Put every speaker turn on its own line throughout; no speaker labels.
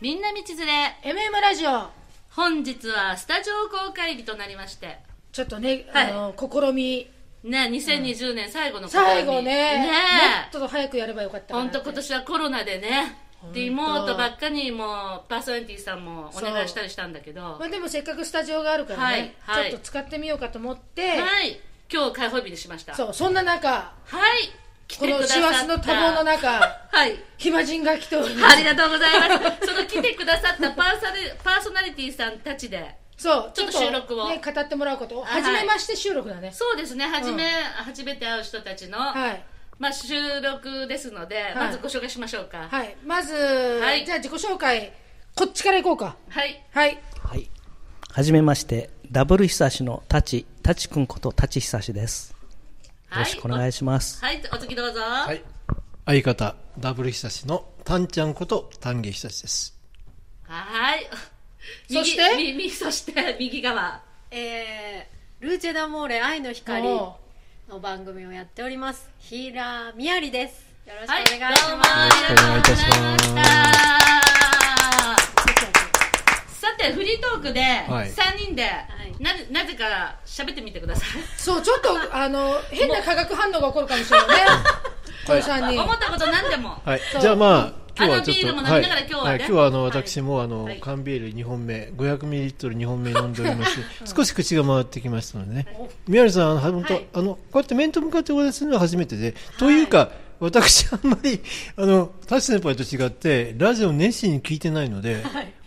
みんな道連れ
MM ラジオ
本日はスタジオ公開日となりまして
ちょっとね、
はい
あの試み
ね2020年最後の公開
最
日
後ね
ね
もっと早くやればよかったかな
本
って
当今年はコロナでね
ほんと
リモートばっかにもうパーソナリティさんもお願いしたりしたんだけど
ま
は
あ、でもせっかくスタジオがあるからね、
はいはい
ちょっと使ってみようかと思って、
い今日開放日にしました
そうそんな中
はい来
こ
てく
の
だ
師
さった
走の多忙 の中
はい
暇人が来ております
ありがとうございますその来てくださったパーソナリパーソナリティさんたちで
そう
ちょっと収録を
ね、語ってもらうこと
はい
初めまして収録だね
そうですねはじめ、初めて会う人たちの、
はい、
まあ、収録ですので、
い
まずご紹介しましょうかはい、
はい、まず、
い
じゃあ自己紹介こっちからいこうかはい
はい。はじめまして、ダブル久しのタチ、タチくんことタチ久しです。よろしくお願いします。
はい、お次どうぞ、
はい。相方、ダブルひさしの、たんちゃんこと、丹下ひさしです。
はーい。
そして
右右そして右側。
えー、ルーチェダモーレ愛の光
おう
の番組をやっておりますヒーラーみやりですよろしくお
は
願
い、
いします、
よろしくお願いいたします
ありがとうございましたさて、フリートークで
い
3人で、
い
なぜなぜか喋ってみてください。
そうちょっとあの変な化学反応が起こるかもしれないねこの3人
思ったこと何でも。
はい
そう。
じゃあまあ、今日は
あの
ちょっ
ビール
と、
も飲み
はい。
ながら今日はね
はい今日はあの、
はい
私もあの
はい、
缶ビール2本目、500ミリリットル2本目飲んでおりま して、少し口が回ってきましたのでね。みやりさん、あの本
はい
当、あの、こうやって面と向かってお話しするのは初めてで、というか、私あんまり、あの、タチ先輩と違って、ラジオ熱心に聞いてないので、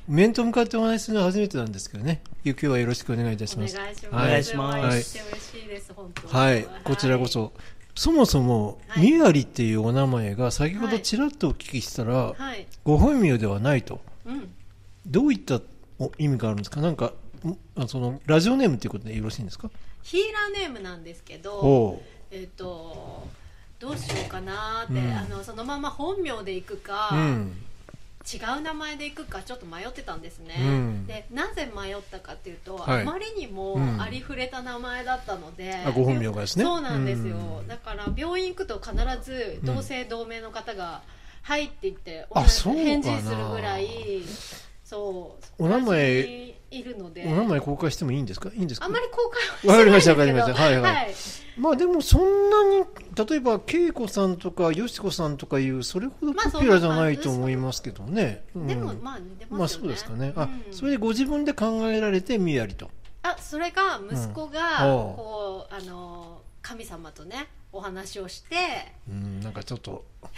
面と向かってお話しするのは初めてなんですけどね。今日はよろしくお願いいたし
お願
ま
い
す。
します
は
お願いします
お会いして嬉しいです本当に
はい、こちらこそ。そもそも、
はい
みやりっていうお名前が先ほ
は
ど
い
ちらっとお聞きしたら、
はい
ご本名ではないと。
うん
どういったお意味があるんですかなんか、んあその、ラジオネームっていうことでよろしいんですか
ヒーラーネームなんですけど
お
えっ、とどうしようかなーって、
うん
あのそのまま本名で行くか、
ううん。
違う名前で行くかちょっと迷ってたんですね、
うん
でなぜ迷ったかっていうと、
はい
あまりにも
うん
ありふれた名前だったので、
あご本名がですね
そうなんですよ、
うん
だから病院行くと必ず同姓同名の方が「はい」って言って
あそうかな
返事するぐらいそう
お名前
ブラジルにいるので
お名前公開してもいいんですかいいんですか
あんまり公開は
わかりまし
して
た
ないんですけど
わかりましたはいはい
はい
まあでもそんなに、例えば、恵子さんとか、よしこさんとかいう、それほど
まあ
ポピュラーじゃないと思いますけどね。うん
でもまあ似てますよね、
まあそうですかね。あ、
うん
それでご自分で考えられて、みやりと。
あそれが息子が
うんおう
こう、あの神様とねお話をして、
うん、なんかちょっと、あ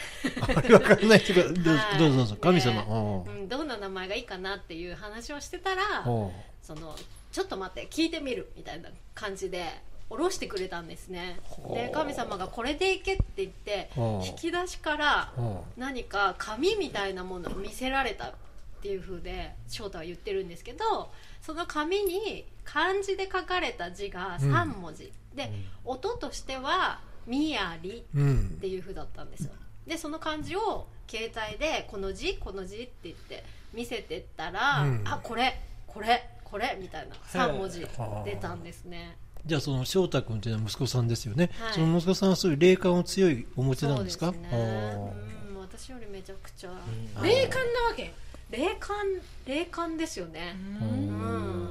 まりわかんないけど、どうぞ
はい
どうぞどうぞ、
ね
神様。お
う、
うん
どんな名前がいいかなっていう話をしてたら
おう
そのちょっと待って聞いてみるみたいな感じで下ろしてくれたんですね
ほう
で神様がこれでいけって言って
ほう
引き出しから
お
何か紙みたいなものを見せられたっていう風で翔太は言ってるんですけどその紙に漢字で書かれた字が3文字、で音としては「みやり」
ううん
って。いう風だったんですよでその漢字を携帯でこの字この字って言って見せてったら、
うん
あこれこれこれみたいな3文字出たんですね
じゃあその翔太君っていうのは息子さんですよね。
はい
その息子さんはそういう霊感を強いお持ちなんですか。
そうです
お
ね
う
うん私よりめちゃくちゃ
霊感なわけ
霊感霊感ですよねうん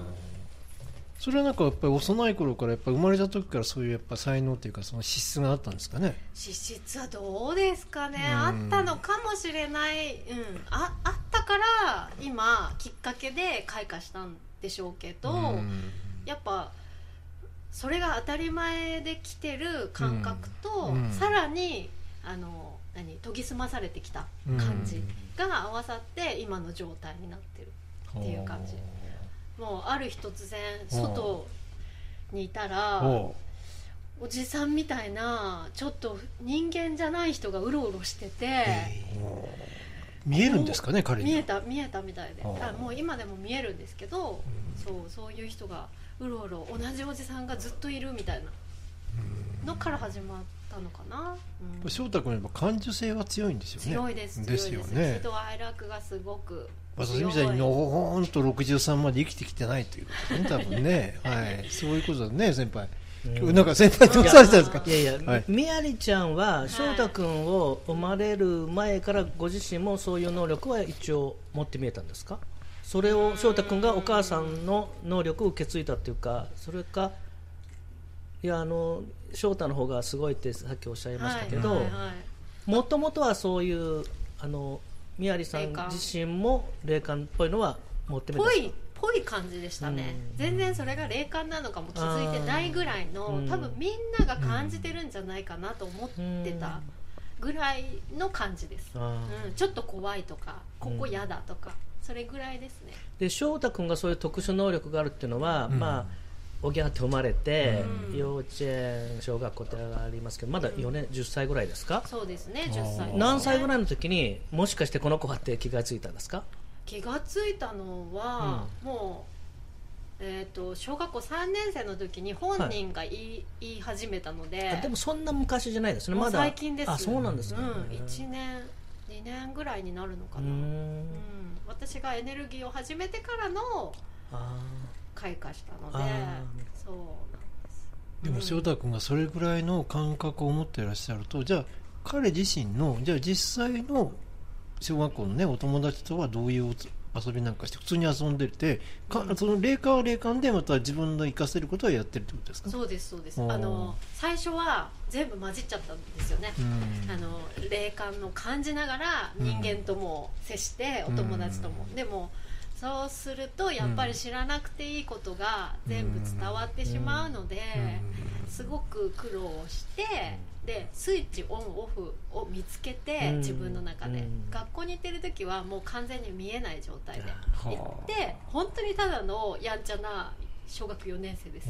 それはなんかやっぱり幼い頃からやっぱ生まれた時からそういうやっぱ才能っていうかその資質があったんですかね。
資質はどうですかね、
うん
あったのかもしれない、うん、ああったから今きっかけで開花したんでしょうけど、
うん
やっぱそれが当たり前できてる感覚と、
うんうん
さらにあの何研ぎ澄まされてきた感じが合わさって今の状態になってるっていう感じもうある日突然外にいたら
おう
おじさんみたいなちょっと人間じゃない人がうろうろしてて、
見えるんですかね彼に。
見えた見えたみたいで
あー
あもう今でも見えるんですけど、そうそういう人がうろうろ同じおじさんがずっといるみたいなのから始まったのかな、うん
翔太君はやっぱ感受性は強いんですよね。
強いです強いで
ですすよ
喜
ね。
怒哀楽がすごく
私みたいにのほほんと63まで生きてきてないということね、多分ね、はい、そういうことだね、先輩。
うん
なんか先輩どうされてたんですか
いやいや、
はい
みやりちゃんは翔太君を生まれる前からご自身もそういう能力は一応持って見えたんですかそれを翔太君がお母さんの能力を受け継いだっていうかそれかいやあの翔太の方がすごいってさっきおっしゃいましたけど、
はいはいはい
もともとはそういうあの宮里さん
霊感
自身も霊感っぽいのは持ってみた
ぽ
んです
いぽい感じでしたね、全然それが霊感なのかも気づいてないぐらいの、
うん
多分みんなが感じてるんじゃないかなと思ってたぐらいの感じです、
あー
うんちょっと怖いとかここ嫌だとか、それぐらいですね
で翔太君がそういう特殊能力があるっていうのは、
ん
まあおぎゃーって生まれて、
うん
幼稚園小学校ってありますけどまだ4年10歳ぐらいですか、
そうですね10歳、
何歳ぐら
い
いの時にもしかしてこの子はって気がついたんですか
気がついたのは、もうえー、と小学校3年生の時に本人が言い,、言い始めたので
あでもそんな昔じゃないですね
もう
まだ
最近です
あそうなんですね、
うん、1年2年ぐらいになるのか
うー
な、
ん
うん私がエネルギーを始めてからの
あ
開花したので
あ
そうなんです
でも塩田君がそれぐらいの感覚を持っていらっしゃるとじゃあ彼自身のじゃあ実際の小学校のねお友達とはどういうおつ遊びなんかして普通に遊んでてかその霊感は霊感でまた自分の活かせることはやってるってことですか
そうですそうです
おー
あの最初は全部混じっちゃったんですよね、
うん
あの霊感の感じながら
うん
人間とも接して、
うん
お友達とも、でもそうするとやっぱり知らなくていいことが全部伝わってしまうので、すごく苦労をして、でスイッチオンオフを見つけて、
うん
自分の中で、
うん
学校に行ってる時はもう完全に見えない状態で
あ
行って本当にただのやんちゃな小学4年生です、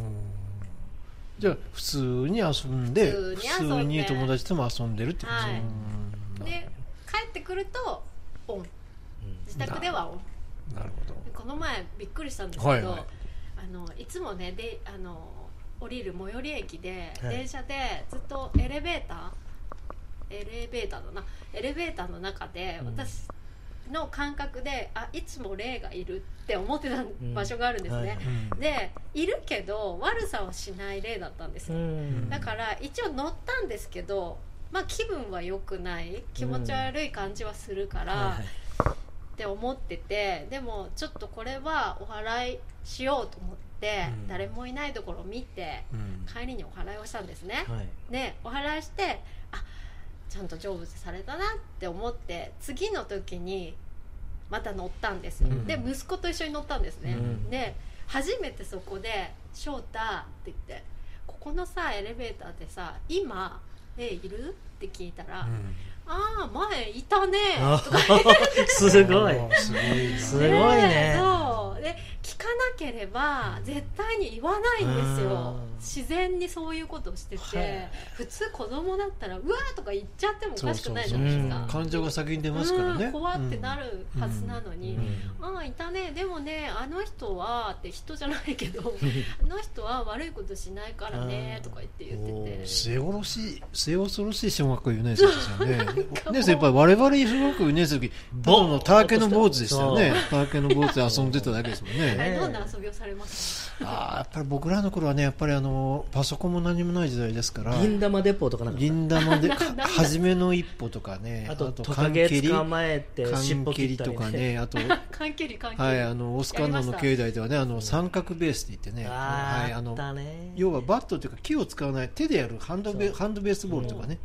じゃあ普通に遊んで
普
普
通に遊んで
通に友達とも遊んでるってことです
はい
ね
で帰ってくるとオン自宅ではオン
うんなるほど
この前びっくりしたんですけど、
はいはい
あのいつもねであの降りる最寄り駅で、
はい
電車でずっとエレベーターエレベーターだなエレベーターの中で
うん
私の感覚で、あいつも霊がいるって思ってた
ん
場所があるんですね、
はい
うん
でいるけど悪さをしない霊だったんです
う
よ、
ん
だから一応乗ったんですけどまあ気分は良くない気持ち悪い感じはするから、
はいはい
って思っててでもちょっとこれはお祓いしようと思って、
うん
誰もいないところを見て
うん
帰りにお祓いをしたんですね、
はい
でお祓いしてあちゃんと成仏されたなって思って次の時にまた乗ったんですよ、
うん
で息子と一緒に乗ったんですね、
うん
で初めてそこで「翔太」って言って「ここのさエレベーターってさ今えいる?」って聞いたら
う
「
ん
ああ前いたね」
あ すごい
あー
す
すごいな
ごいね
そうで聞かなければ絶対に言わないんですよ
うん
自然にそういうことをして
は
て
い
普通子供だったらうわーとか言っちゃってもおかしくないじゃないですか
感情が先に出ますからね、
うん怖ってな
る
るはずなのに、ああいたねでもねあの人はって人じゃないけどあの人は悪いことしないからね
うん
とか言って言ってて
末恐ろしい末恐ろしい小学校4年生ですよ ね
もう
ね先輩我々小学校4年生の時ただのターケの坊主でしたよねターケの坊主で遊んでただけですもん
あ
ね
れどんな遊びをされます
あーやっぱり僕らの頃はねやっぱりあのパソコンも何もない時代ですから
銀玉デポとかなんか
銀玉で
なんだ
初めの一歩とかね
あとトカゲ捕まえて尻尾
缶蹴
切っ
り
た
と
り
かね あと
関係り関係
はい、あのオスカンナの境内ではねあの三角ベースって言ってね、
あ
はい、
ー
あ
あ
の
ったね
要はバットというか木を使わない手でやるハンドベ
そう
ハンドベースボールとかね、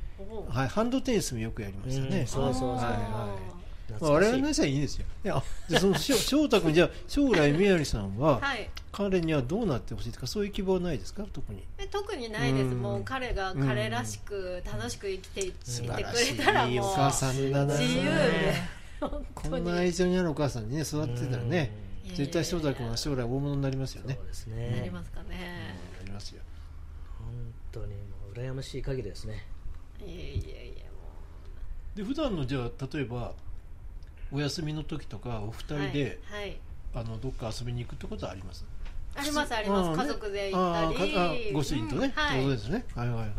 はい、ハンドテニスもよくやりましたね、
うんそうそうそう
あー
はいはいまあ、
懐
我
かしい
々の話はいいですよいやでそのしょ翔太君じゃあ将来宮城さんは
はい
彼にはどうなってほしいとかそういう希望はないですか特に
え特にないです、
うん
もう彼が彼らしく楽しく生きてい,、
素
って
晴ら
く
し
れたら
いい
も
お
う
母さんだな
自由で
こんな愛情にあるお母さんにね育ってたらね
うん
絶対翔太君は将来大物になりますよね
そうです
なり
ね
ますかね、
なりますよ
本当にもう羨ましい限りですね
いやいやいや
で普段のじゃあ例えばお休みの時とかお二
もう
人で、
はい、はい
あのどっか遊びに行くってことはあります
ありますあり
あ
ま
ー
す
ね
家族で行ったり
あーかあご主人とね、
うんは
ってことで
い
すねはいはいはい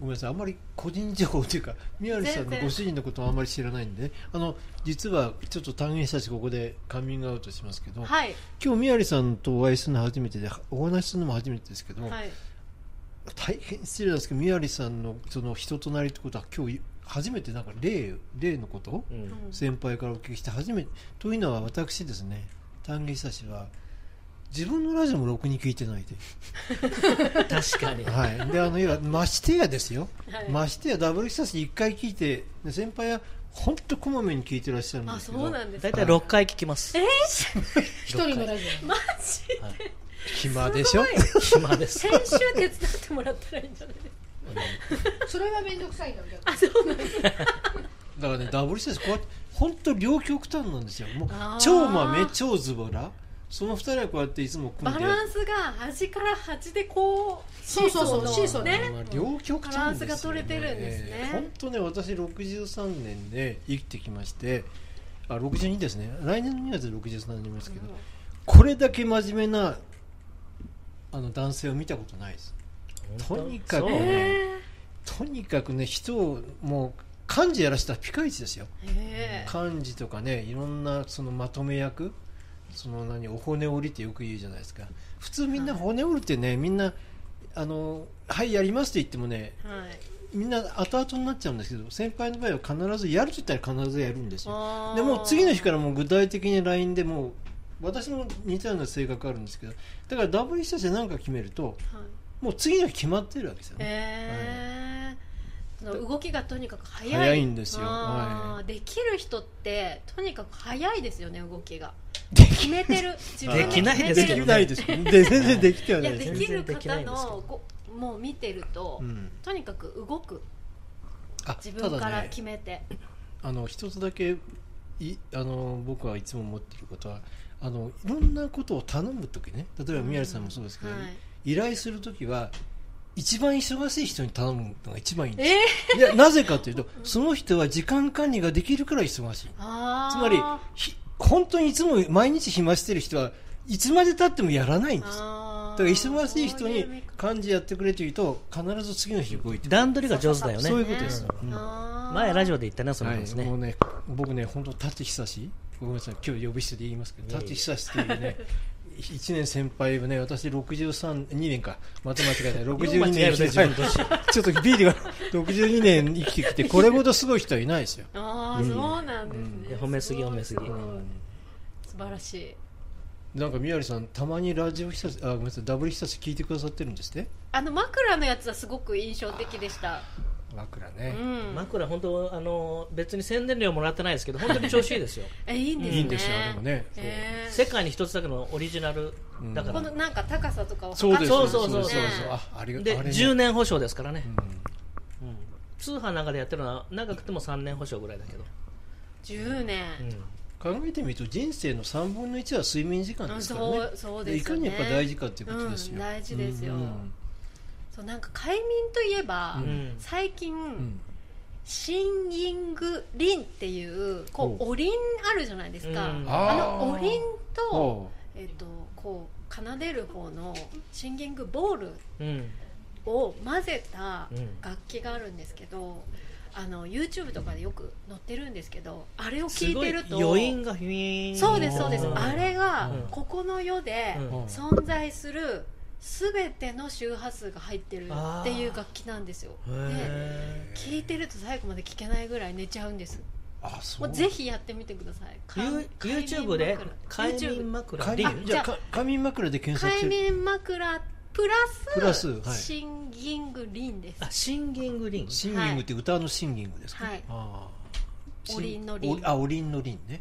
ごめんなさいあんまり個人情報という か宮根さんのご主人のことはあんまり知らないんでね、あの実はちょっと単元したちここでカミングアウトしますけど、
はい
今日宮根さんとお会いするのは初めてでお話しするのも初めてですけど、
はい
大変失礼なんですけど宮城さんのその人となりってことは今日初めてなんか例例のことを
うん
先輩からお聞きして初めてというのは私ですね丹下久志は自分のラジオもろくに聞いてないで
確かに
はい、であのいやましてやですよ、
はい
ましてやダブル久し1回聞いてで先輩は本当こまめに聞いてらっしゃるん
あ
ですけ
そ
ど
うなんです
大
か
体6回聞きます
一人のラジ
マジで
暇でしょ
暇です
先週手伝ってもらったらいいんじゃないですか
オそれは面倒くさいんだけど
あそうなんです
だからねダブル久しこうやって本当両極端なんですよもう
あー
超マメ超ズボラその2人はこうやっていつも組
バ
んで
ランスが端から端でこう
そうそうそう
シーソーの
シーソー
ね
まあ両極
バラ
端
ン
です
ス
よ、ね、
が取れてるんですね
ええ本当ね私63年で生きてきましてあ62ですね来年の2月で63になりますけど、これだけ真面目なあの男性を見たことないですとにか
そ
く
う
ね
ね、
とにかくね人をもう漢字やらせたらピカイチですよ
ええ
漢字とかねいろんなそのまとめ役その何お骨折りってよく言うじゃないですか普通みんな骨折るってねみんなあのはいやりますって言ってもね
はい
みんな後々になっちゃうんですけど先輩の場合は必ずやると言ったら必ずやるんですよ
あー
でもう次の日からもう具体的に LINE でもう私も似たような性格あるんですけどだからダブル一社で何か決めると
はい
もう次の日決まってるわけですよね
ええその動きがとにかく早い
早いんですよ
あー
は
できる人ってとにかく早いですよね動きが
で
決めてる自分
できないですよね
決めてる
すよねで全然できてはいな
や
いです
で
よね
きる
全然できな
方
いですけど
のこうもう見てると、
うん
とにかく動く
あ
自分
た
か
だ
ら
ね
決めて、
あの一つだけいあの僕はいつも思ってることはあのいろんなことを頼む時ね例えば宮根さんもそうですけど、
はい
依頼する時は一番忙しい人に頼むのが一番いいんです
ええ
いやなぜかというとその人は時間管理ができるから忙しい
あー
つまりひ本当にいつも毎日暇してる人はいつまでたってもやらないんですだ
あー
から忙しい人
そうい
に
う見方
漢字やってくれと言うと必ず次の日動いてる
段取りが上手だよね
そういうことです、うん
あー
前ラジオで言ったねその
はい、
話ね、
もうね、僕ね、本当、舘久志、ごめんなさい、今日呼び捨てで言いますけど、舘久志というね、1年先輩をね、私、63、2年か、また間違え た、62
間違える
年
ね自分として
はいちょっとビールが、62年生きてきて、これほどすごい人はいないですよ。
あーそうなんです
い
ね、
や褒めすぎ褒めすぎ
うん
素晴らしい
なんか宮城さん、たまにラジオ久し、あ、ごめんなさい、ダブル久し聞いてくださってるんですね。
あの枕のやつはすごく印象的でした
枕
う
ね。
ん
枕本当あの別に宣伝料もらってないですけど本当に調子いいですよ
えいいんですね
いいんですよ、でもね。
えー
世界に一つだけのオリジナルだから、
このなんか高さとかを
そうです、
そうそうそう
そうですそうですあ、ありがと
で
う。あれね
10年保証ですからね
う、ん
うん通販なんかでやってるのは長くても3年保証ぐらいだけど、
10年、
考えてみると人生の3分の1は睡眠時間ですからね
そうそうです
いか
よ
に
ね
やっぱ大事かっていうことですよ、
うん大事ですよ
うん
そうなんか快眠といえば、
うん
最近、
うん
シンギングリンっていうこう
お
おりんあるじゃないですか、
うん
あ
あ
のおりんと,、
おう
えっとこう奏でる方のシンギングボール
うんうん
を混ぜた
うん
楽器があるんですけど、あの YouTube とかでよく載ってるんですけどあれを
す
聞い
ご
て
い
ると
余韻がフィーン
そうですそうです
ん
あれが
うん
ここの世で
うん
存在する全ての周波数が入ってるっていう楽器なんですよで
へ
聴いてると最後まで聴けないぐらい寝ちゃうんです
あそ
も
う
うぜひやってみてください
ー
か
ユー
快眠
YouTube で
枕
快眠
YouTube
枕
快
リ
眠
ン
じゃ
じゃ
あ
あ
か快眠枕で検索
快
する
眠枕プラス
プラスはい
シンギングリンです
あシンギングリン
シンギングって歌のシンギングですか、
はい
あー
おりんのりん
おあおりんのりんね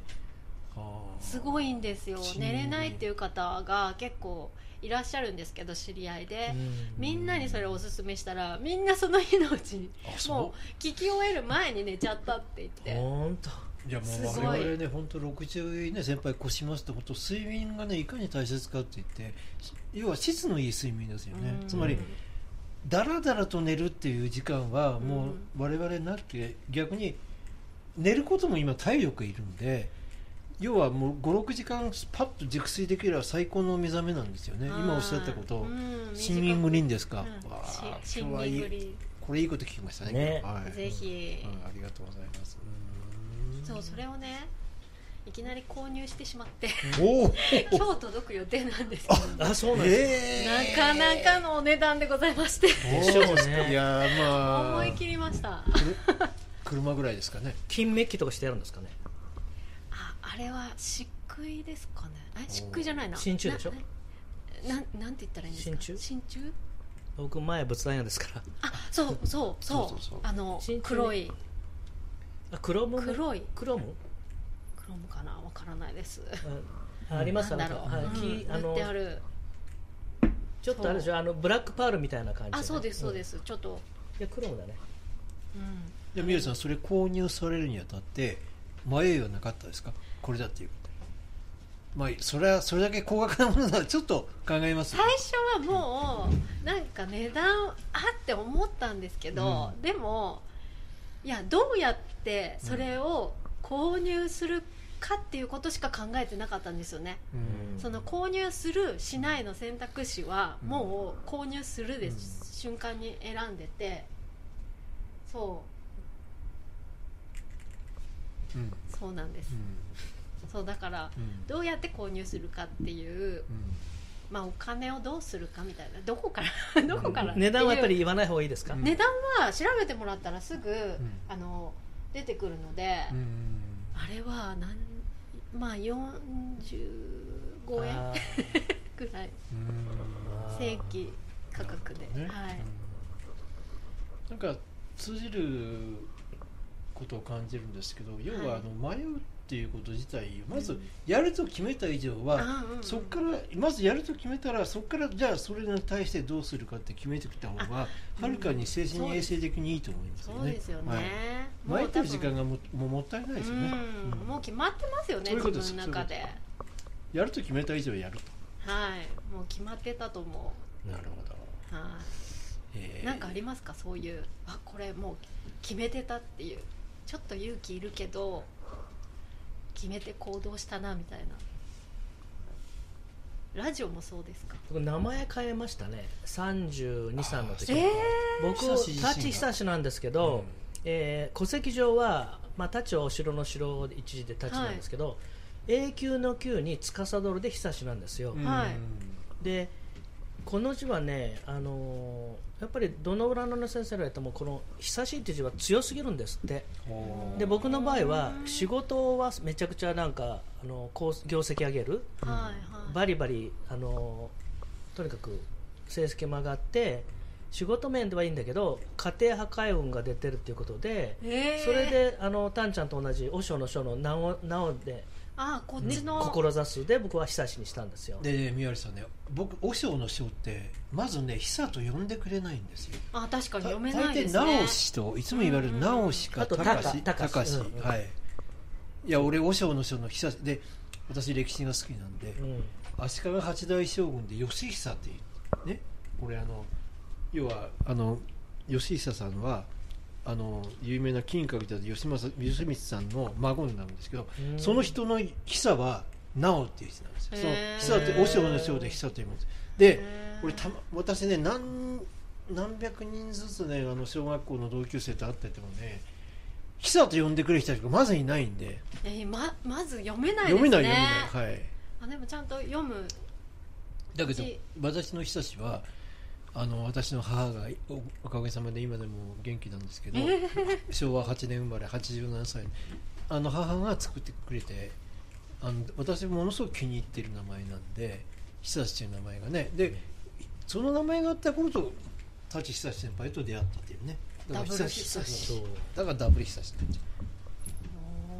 あー
すごいんですよ
シンギン
寝
グリン
れないっていう方が結構いらっしゃるんですけど知り合いで、みんなにそれをおすすめしたらみんなその日のうちに
あそう
もう聞き終える前に寝ちゃったって言って
本当
いやも
す
う
ごい
我々ね本当60ね先輩越しますと本当睡眠がねいかに大切かって言って要は質のいい睡眠ですよね
うん
つまりだらだらと寝るっていう時間はも
うん
う我々になって逆に寝ることも今体力いるんで要はもう56時間パッと熟睡できれば最高の目覚めなんですよね今おっしゃったことをシンギングリン
で
ですか、わあ
シ
今
ン
日は
ギ
い
ング
い
リ
これいいこと聞きましたね
ね
はい
ンぜひ
うんありがとうございますうん
そうそれをねいきなり購入してしまって
おお
今日届く予定なんですけど
あそうなんです
え
なかなかのお値段でございまして
え
でしょうね
いやーまあ
思い切りました
くる車ぐらいですかね
金メッキとかしてやるんですかね
ああれは漆喰ですかねえ漆喰じゃないな
真鍮でしょ
なななんて言ったらいいんですか
真鍮
真鍮
僕前仏壇屋ですから
あそうそうそう
そうそうそう
あの
真鍮
黒い
あクロムね
黒い
クロム
クロムかなわからないです
ああります
なんだろう、
はい
うん
きあ
塗っ
の
てある
ちょっとあるでしょあのブラックパールみたいな感じね
あそうですそうです、ちょっと、
んいやクロムだね
うん、
じゃあみゆさんそれ購入されるにあたって迷いはなかったですかこれだっていうまあそれはそれだけ高額なものならちょっと考えますよ
最初はもうなんか値段あって思ったんですけど、でもいやどうやってそれを購入するかっていうことしか考えてなかったんですよね、
うん
その購入するしないの選択肢はもう購入するです、瞬間に選んでてそう
うん
そうなんです、そうだから
うん
どうやって購入するかっていう、まあ、お金をどうするかみたいなどこからどこからっていう
値段はやっぱり言わない方がいいですか、
うん
値段は調べてもらったらすぐ、
ん
あの出てくるので、
うん
あれはなんまあ45円
あー
ぐらい
うん
あー
正規価格で、
ね
はい、
なんか通じることを感じるんですけど要はあ
はい
の迷うっていうこと自体まずやると決めた以上は、
あうんうん
そこからまずやると決めたらそこからじゃあそれに対してどうするかって決めてきた方がはるかに精神衛生的にいいと思いますよね。
そうですよね、
はい
もう
巻いてる時間
多
がももうもったいないですよ
分
ね。
うん
うん
もう決まってますよね
そういうこ
自
とです
分の中で
そういうやると決めた以上やる
はいもう決まってたと思
と。なるほど。
うは
えー
いなんかありますかそういうあこれもう決めてたっていうちょっと勇気いるけど決めて行動したなみたいなラジオもそうですか
僕名前変えましたね32歳の時
え
僕
久志自身が
舘久志なんですけど、
うん
えー戸籍上は、まあ、舘はお城の城で一時で舘なんですけど、永久の久に司るで久志なんですよ、
うん
はい
でこの字はね、あのーやっぱりどの占いの先生らやってもこの「久しい」っていう字は強すぎるんですって
ほう
で僕の場合は仕事はめちゃくちゃなんかあのこう業績上げる
ーはいはい
バリバリあのとにかく成績も上がって仕事面ではいいんだけど家庭破壊運が出てるっていうことで、
えー
それであのタンちゃんと同じ和尚の書の名を名をで、
あーこっ
ね
ちの、
志すで僕は久しにしたんですよ
で宮原さんね僕和尚の将ってまずね「久」と呼んでくれないんですよ
あ確かに
た
読めないですね
大抵直しといつも言われる直し
うん
か
あと
高し
高高し
高
うん
はいいや俺和尚の将の久しで私歴史が好きなんで
うん
足利八大将軍で義久っていうね俺あの要はあの義久さんはあの有名な金閣寺で義政義光さんの孫になるんですけど
うん
その人の久は直っていう字なんですよ
へー
その久って和尚の将で久と言いますで
へー
俺た、ま、私ね何何百人ずつねあの小学校の同級生と会っててもね久と呼んでくれる人しかまずいないんで
えーままず読めないで
読
すね
めない読めないはい
あでもちゃんと読む
だけど
し
私の久しはあの私の母がおおかげさまで今でも元気なんです けど、昭和8年生まれ87歳あの母が作ってくれてあの私ものすごく気に入ってる名前なんで久しという名前がねでその名前があった頃と舘久志先輩と出会ったっていうねだから久し
ダ
久
ブル久志
し
そう
だからダブル久しになっちゃ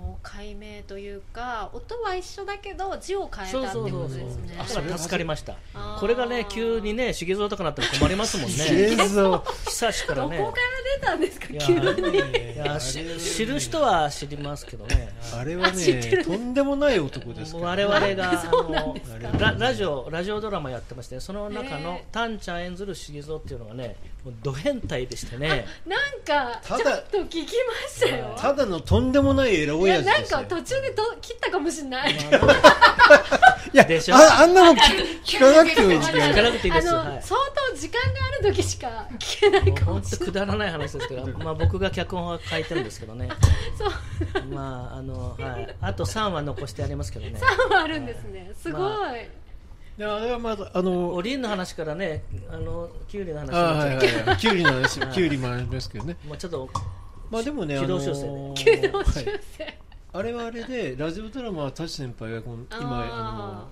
もう解明というか音は一緒だけど字を変え
そう
たって
そう
こ
そ
と
う
で
そ
すね
う
あ
だから助かりました
あー
これがね急にね茂蔵とかなったら困りますもん
う
ね
冷蔵
久しから
ど
ね
こから出たんですか
い
急に
やい
あれは
やし知る人は知りますけどね
あれは
知って
ねとんでもない男ですから、
我々が あの
か
ララジオラジオドラマやってまして、その中の
えー
タンちゃん演ずる茂蔵っていうのがね、もうド変態でしてね、
なんかちょ
た
っ
だ
と聞きましたよ
ただのとんでもないエロ
い
親
や
父
な
で
ん
すよ
か途中でと切ったかもしれない
いや
でしょ
ああんなもん聞聞かなくてもいい時
聞
間
かなくていいです
あの、
はい
相当重時間がある時しか聞けないか
本
もし
当く
れない
だらない話ですけ ど、まあ、僕が脚本を書いてるんですけどね、
そう
まああのはい、あと3は残してありますけどね、
あるんですねすごい、
ま
であれはまだあ
お
の
りんの話からね、あのキュウリの話
あはい
になっ
は
ちゃ
い はいキュウリの話キュウリもありますけどね
うもうちょっと、
まあでもねあ
軌
の
道修正で
軌道修正、
はいあれはあれでラジオドラマは舘先輩がこの今あ
あ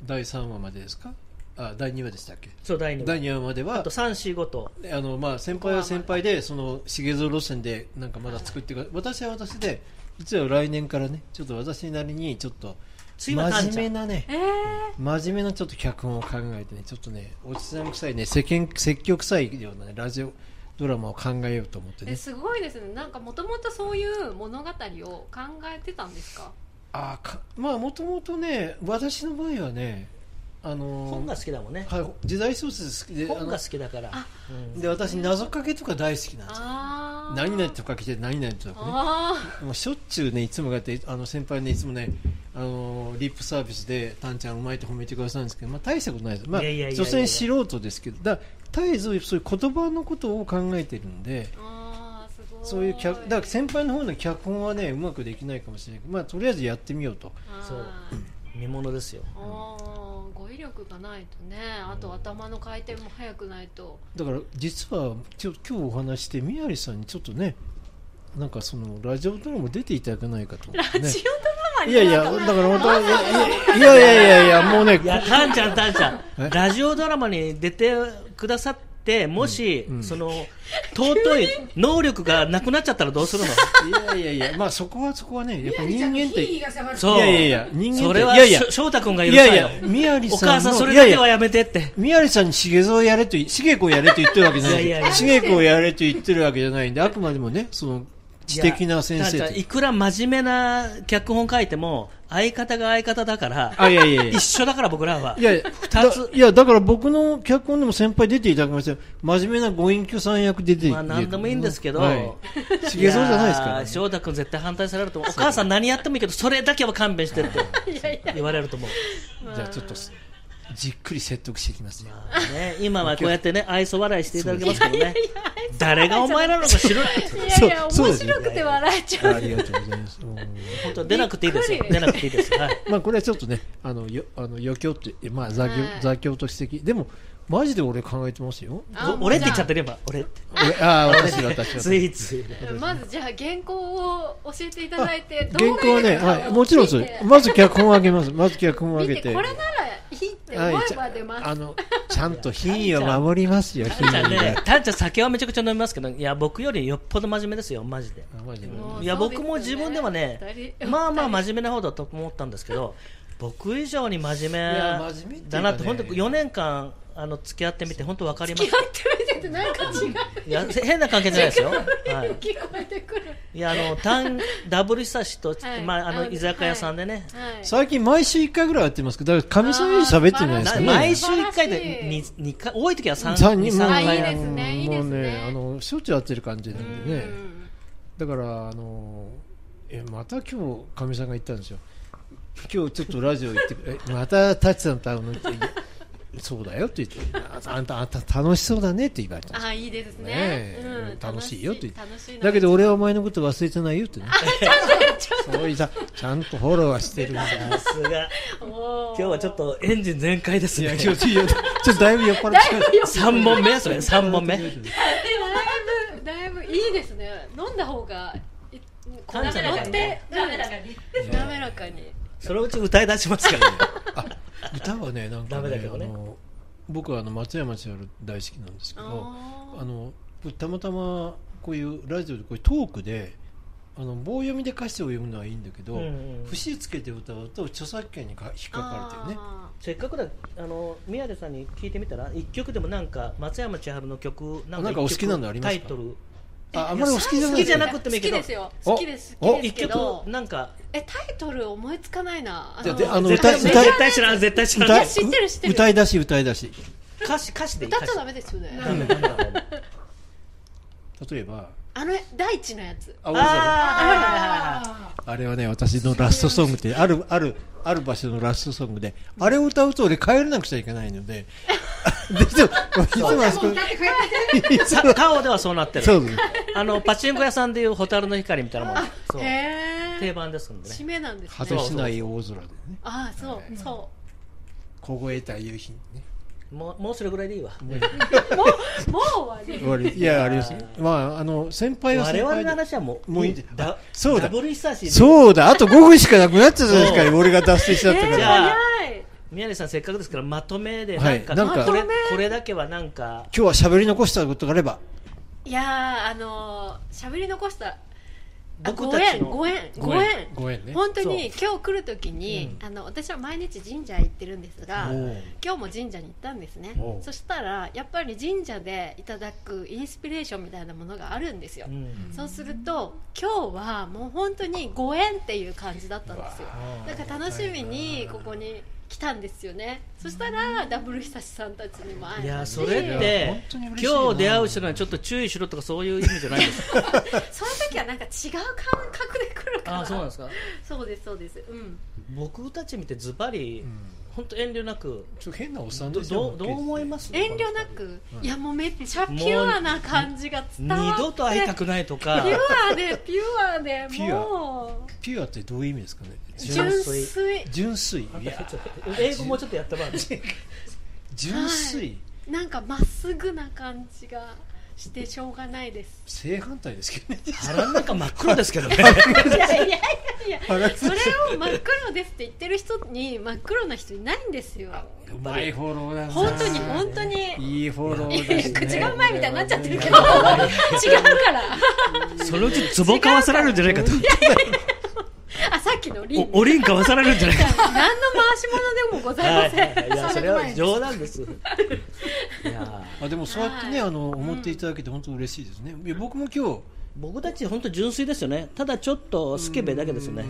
の第3話までですかあ第2話でしたっけ
そう、第2
第2話までは
あと3、4、5と、
あのまあ先輩は先輩でその重蔵路線でなんかまだ作ってく私は私で実は来年からねちょっと私なりにちょっと
次
真
はタンちゃ
面目
ん、
なね
えー
真面目なちょっと脚本を考えてねちょっとねおじさん臭いね世間説教臭いような、ね、ラジオドラマを考えようと思って
え
ね
すごいですねなんかもともとそういう物語を考えてたんですか
あーかまあもともとね私の場合はねあのー
本が好きだもんね、
はい、時代小説好きで
本が
あ
好きだから、うん
ので私謎かけとか大好きなんですよ
ああ
何々とかけて何々とかね
あ
もうしょっちゅうねいつもこうやってあの先輩ねいつもねあのリップサービスでタンちゃんうまいと褒めてくださるんですけど、まあ、大したことないです、まあ、
いやいやいやいや
所詮素人ですけどだから絶えずそういう言葉のことを考えてるんで
ーあーすごい
そういう脚だから先輩の方の脚本はねうまくできないかもしれないけど、まあ、とりあえずやってみようと
あー
そう見ものですよ、
あー語彙力がないとねあと頭の回転も速くないと
だから実はちょ今日お話しして宮治さんにちょっとねなんかそのラジオドラマ出ていただけないかと思って、ね、
ジオドラマ
い
に
やいやだから本当にいやいやいやいやもうね
いや、タンちゃん、タンちゃ
え
ん、ラジオドラマに出てくださって、もし、
うん
その尊い能力がなくなっちゃったらどうするの
いやいやいや、まあそこはそこはね、やっぱ人
人
間
間
っ。
ってて
い
が下がる
そう
やいやいや、人間って。
それはい
やいや
しょ、翔太君が許
い
さ
や
んよ
いや、宮
お
治さんの。
母さん、それだけはい
やいや
やめてって。
宮治さんに茂蔵をやれとい、茂子をやれと言ってるわけじゃない。
いやいやいや
茂子をやれと言ってるわけじゃないんで、あくまでもね、その、知的な先
いや
生
タン
と
ちゃんいくら真面目な脚本書いても、相方が相方だから、
あ、いやいやいや
一。緒だから僕らは。
いやいや、
二つ
だいや、だから僕の脚本でも先輩出ていただきましたよ。真面目なご隠居さん役出てい
まあ何でもいいんですけど
はい茂蔵じゃないですから
や
ね
ー。翔太君絶対反対されると思う。お母さん何やってもいいけど、それだけは勘弁してって言われると思う。
じゃあちょっと、じっくり説得していきますね。
ね、今はこうやってね愛想笑いしていただけますけどね誰がお前なのか知らない
いやいや
そうそう
面
ですね
白くて笑えちゃう
ありがとうございます。うん
本当出なくていいです
びっ
よ
くり
出なくていいですはい
まあこれはちょっとね、あのよあの余興って、まあ座興
はい
座興と指摘、でもマジで俺考えてますよ。
あー
お俺って言っちゃ
じゃ
ってれば俺って
俺 ああ私私
つ
私。
いつい
あまずじゃあ原稿を教えていただいて
原
動画
稿はね、はいもちろんそ
見
れ
て。
まず脚本をあげます。まず脚本をあ
見
げ
てこ
て。
れならいいって思
はい
え
ちゃ
ば出ます
あのちゃんと品位を守りますよ。
タンち
品
ゃん
位
ね
は。
タンちゃん酒はめちゃくちゃ飲みますけどいや僕よりよっぽど真面目ですよマジで
あマジで
もう
いや
そう
僕
ですよね
も自分ではね
二人
まあまあ
二
真面目な方だと思ったんですけ ど僕以上に真面
や真面目っ
目
ていうかね
だなって本当4年間あの付き合ってみて本当分かりま
人
し
やってみててなんか違う
たいや変な関係じゃないです よはい
聞こえてくる
いやあのタンダブル久しと、
はい
まあ、あ
あ
の
の
居酒屋さんでね、
はい
最近毎週一回ぐらいやってますけど、だから神さんより喋ってるんじゃないです
な
かね。
毎週1回
素晴ら
で
しい
ににか多い時は3
三
二
人
三
あ
回
いいですねいい
も
で
う
すね
ね、あのしょっちゅうやってる感じなんでね。
うん
だからあのえまた今日かみさんが言ったんですよ今日ちょっとラジオ行ってえまたタチさんと会うのってそうだよって言ってああんたあんた楽しそうだねって言われたんです
あいいですね
ねえ
うん
うん楽しいよって言って
楽しいな
だけど俺はお前のこと忘れてないよってねそういうさちゃんとフォローはしてるんだ
さすが
お
今
ー
日はちょっとエンジン全開です
いや
ね
今日いいよちょっとだいぶ酔っ払ってきまし
3本目やそれ3本目
だいぶだいぶいいですね飲んだ方がいこう
噛んじゃ
乗
な
っ
い
て
ダメだからね
うん滑らかに
そのうち歌い出しますからね
た歌はねなんか
ダメ
ね
だけどね
あの僕はあの松山千春大好きなんですけど
あ
あのたまたまこういうラジオでこういうトークであの棒読みで歌詞を読むのはいいんだけど、
うんうん
節つけて歌うと著作権にか引っかかるっていうね
あ
せっかくだあの宮根さんに聞いてみたら1曲でもなんか松山千春の曲な
なんかお好きなのありますか
タイトル
ああんまりお好きじゃない
好きじゃな
ー
くてもいいけど
好きですよ
お
好きです
お
好きで
1
すけど
曲なんか
えタイトル思いつかないな
じゃあであの
絶
歌
対
歌
絶対知らん絶対知らん
歌
知ってる知ってる
歌い出し歌い出し
歌詞歌詞でいい
歌っちゃ
詞
ダメですよね
ダメダメダメ
例えば
あの大地のやつ
青空
あ
あれはね私のラストソングってあるあるある場所のラストソングであれを歌うと俺帰らなくちゃいけないのででいつもいつもあそこ
ーだって帰って
いつ
さ
も
カオではそうなってる
そうです
あのパチンコ屋さんでいう蛍の光みたいなもんそう
へ
定
え
番ですんでね
締めなんです
果て
ね
しない大空でね
ああそうそう
凍えた夕日にね
もうもうそれぐらいでいいわ
もうもう終わり
終わりいやあれですまああの先輩は
我
先
々の
輩で
話はもう
もういいんじゃ
だ
そうだ
ダブル久しう
そうだあと5分しかなくなっちゃったじゃないですか俺が脱線しちゃったか
じ
ら
ゃあ
早い
宮根さんせっかくですからまとめで
は
なん
い
か,、
なんか
これ
まとめ
これだけはなんか
今日は喋り残したことがあれば
いやーあのー、喋り残したあ
僕たちの
ご縁ご縁ご縁
ご縁ね
本当に今日来るときに、あの私は毎日神社行ってるんですが
おう
今日も神社に行ったんですね
おう
そしたらやっぱり神社でいただくインスピレーションみたいなものがあるんですよ、
うん
そうすると今日はもう本当にご縁っていう感じだったんですよ
わあ
だから楽しみにここに来たんですよねそしたらダブルひさしさんたちにも会えたし
いやそれっ
いや
て
本当に嬉しいな
今日出会う人にはちょっと注意しろとかそういう意味じゃないんですか
そういう時はなんか違う感覚で来るか ら
ああそうなんですか
そうですそうですうん
僕たち見てズバリ
うん
本当遠慮なく
ちょっと変なおっさん
ど
ですよ
どうどう思います
遠慮なく、いやもうめっちゃピュアな感じが伝わって
二度と会いたくないとか
ピュアでピュアで
ピュア
もう
ピュアってどういう意味ですかね
純
純
粋
純粋い
あんた
や
ちょっと英語もうちょっとやってもらって
純粋、
なんかまっすぐな感じがしてしょうがないです
正反対ですけどね
腹の中真っ黒ですけどね
いやいやいやいや
腹立つ
それを真っ黒ですって言ってる人に真っ黒な人いないんですよ
うまいフォローだな
本当に本当に
いいフォロ
い
ー
や
で
い
す
や
ね
口がうまいみたいになっちゃってるけど違うか ら
そのうちズボ買わされるんじゃないかと
あさっきのリン
おおりん買わされるんじゃないか
何の回し物でもございません、
いやそれは冗談です いや
あでもそうやってね、
はい
あの思っていただけて本当嬉しいですね、いや僕も今日
僕たち本当純粋ですよねただちょっとスケベだけですよね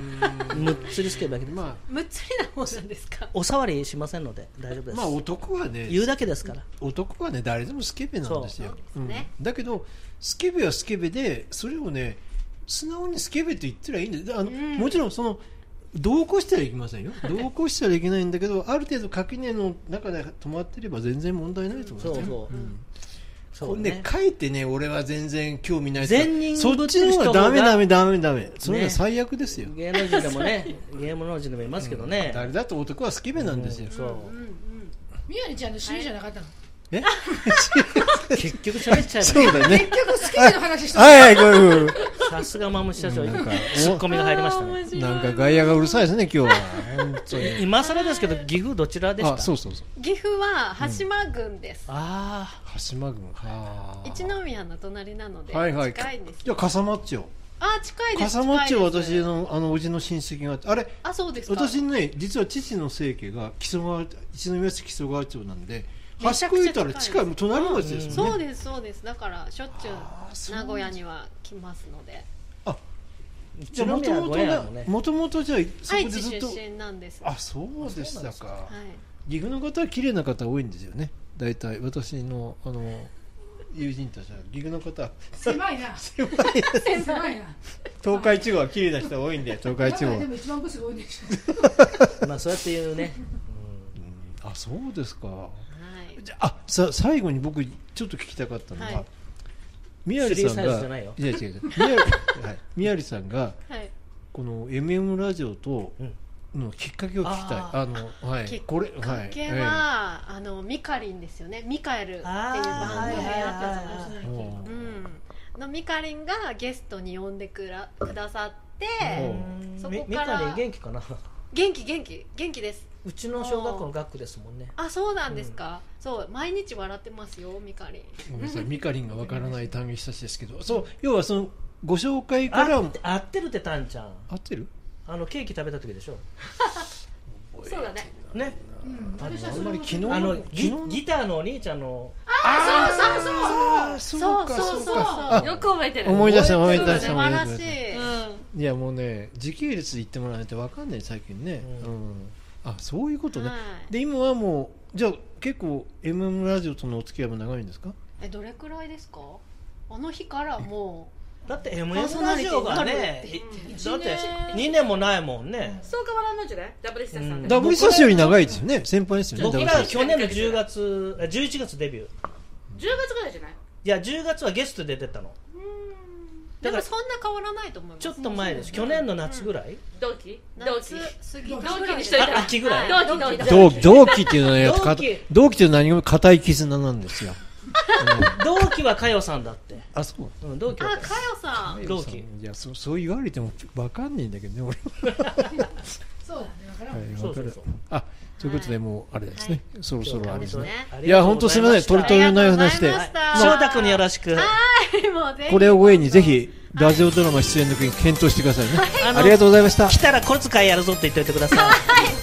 むっつりスケベだけで
ま
むっつりな方なんですか
おさわりしませんので大丈夫で
あ
す、
まあ男はね
言うだけですから
男はね誰でもスケベなんですよ
そうそうですね
うんだけどスケベはスケベでそれをね素直にスケベって言ってりゃいいんだよであの、
ん
もちろんその同行したらいけませんよ同行したらいけないんだけどある程度垣根の中で止まってれば全然問題ないと思い
そ
ま
う
す
そ
よ
う、そ
こ
う
れね、書いてね、俺は全然興味ないと
善人
そっちの方がダメダメダメダメ。それが最悪ですよ。
芸能人でもね芸能人でもいますけどね、
誰だって男はスケベなんですよ。
そ
うんうん
宮根ちゃんの趣味じゃなかったの
え
う結局喋っちゃ
そう
う
だね。
結局好きな話して
はいはい、ごめんごめん
さすがマムシ社長
なんか
ツッコミが入りましたね
なんか外野がうるさいですね、今日は。本当に
今更ですけど岐阜どちらでした
あ、そうそうそう。
岐阜は羽島郡です、
あ
羽島郡。はあ
一宮の隣なので
はいはい。
近いんです
いや、笠松町。
あ近いです
笠松町は
近い
私
です
の、あの、おじの親戚があって、あれ
あそうですか
私ね、実は父の生家が木曽川、一宮市木曽川町なんで、
めち
端っ
ゃ
こ
く
行
ちゃ近い
ったら近い、もう隣町ですよね。
そうですそうですだからしょっちゅ
あーそう
う
なん
名
だ
古屋には来ますので
あ一
じゃあもと
宮
もと
ご縁あるの
ね
ね、
もともとじゃあそこ
愛
で
知
ずっ
出
と、
身なんですは
あ、そうでしたか。
い
岐阜の方は綺麗な方多いんですよね。大体私のあの友人たちは岐阜の方は
狭いな
狭い
狭いな
東海地方は綺麗な人が多いんで東海地方
まあ。でも一番ブスが多いんでしょ
まあそうやって言うね
あ、そうですか。
はい
じゃああさ最後に僕ちょっと聞きたかったの
は。
はい宮城さん
スリーサイズじゃ
が
ないよ
違う違う違う宮城はい宮城さんが
はい
この MM ラジオと
うん
のきっかけを聞きたい
あ
あのはい
きっ
これは
関
い
係は、
え
あのミカリンですよねミカエルっていう番
あ
組
ー
あったじゃないですか
はい
えもう
うん、のみかりんがゲストに呼んでくらくださって
うん
そ
み
こ
み
か
からりん元気かな
元気元気元気です
うちの小学校の学区ですもんね
あそうなんですか、そう毎日笑ってますよみかりん
ごめんな さい、ミカリンがわからない単語久しですけど、そう、要はその、ご紹介か
あ
ら、
合ってるってたんちゃん
合ってる
あのケーキ食べた時でしょ
そうだね
ね
うん私は
あ
そ
ん
れ
ま
も
り昨日
あの
昨日
ギギターのお兄ちゃんの
あー
そうそうそうそう
あ
よく覚えてる
思い出した、思い
素
出した、思い
晴ら
出
し
し
い、
た。いや、もうね、時系列で言ってもらわないとわかんない、最近ね。
う
うんあ、そういうことね
は。い
で、今はもう、じゃあ結構、MM ラジオとのお付き合いも長いんですか
えどれくらいですかあの日からもう
だって
パーソ
MM
ナ
ラ
リ
ジ
ティ
オ
にな
が
る
ね
一年
だって2年もないもんね
そう変わらんのじゃないダブルスターさん
うん
で
ダブルサスより長いですよね先輩ですよね
僕
ダブル
ら
サス
去年の10月あ11月デビュー
10月ぐらいじゃない
いや10月はゲストで出てたのだ
で
か
も
ら
そんな変わらないと思います
ちょっと前です去年の夏ぐらい
同期同期
夏過ぎ
同期
同期にしといた
あ
ら
秋ぐらい
同期同期
同同期っていうのはね
同期
かた同期っていうのは何も固い絆なんですよ
同期は佳代さんだって
あそう
うん同期
あ
は
かよさん
同期
いやそそう言われてもわかんないんだけどね
そ
俺
うだねだから
は、はい
そ
わ
う
か
そう
る
そう
あということでもうあれですねそろそろあれですねいや
や
本当すみません取り留めない話で
ありがとうございました
翔太君によろしく
もうぜひ
これをご縁にぜひラジオドラマ出演の件検討してくださいね
あの
ありがとうございました
来たら小遣いやるぞって言っておいてください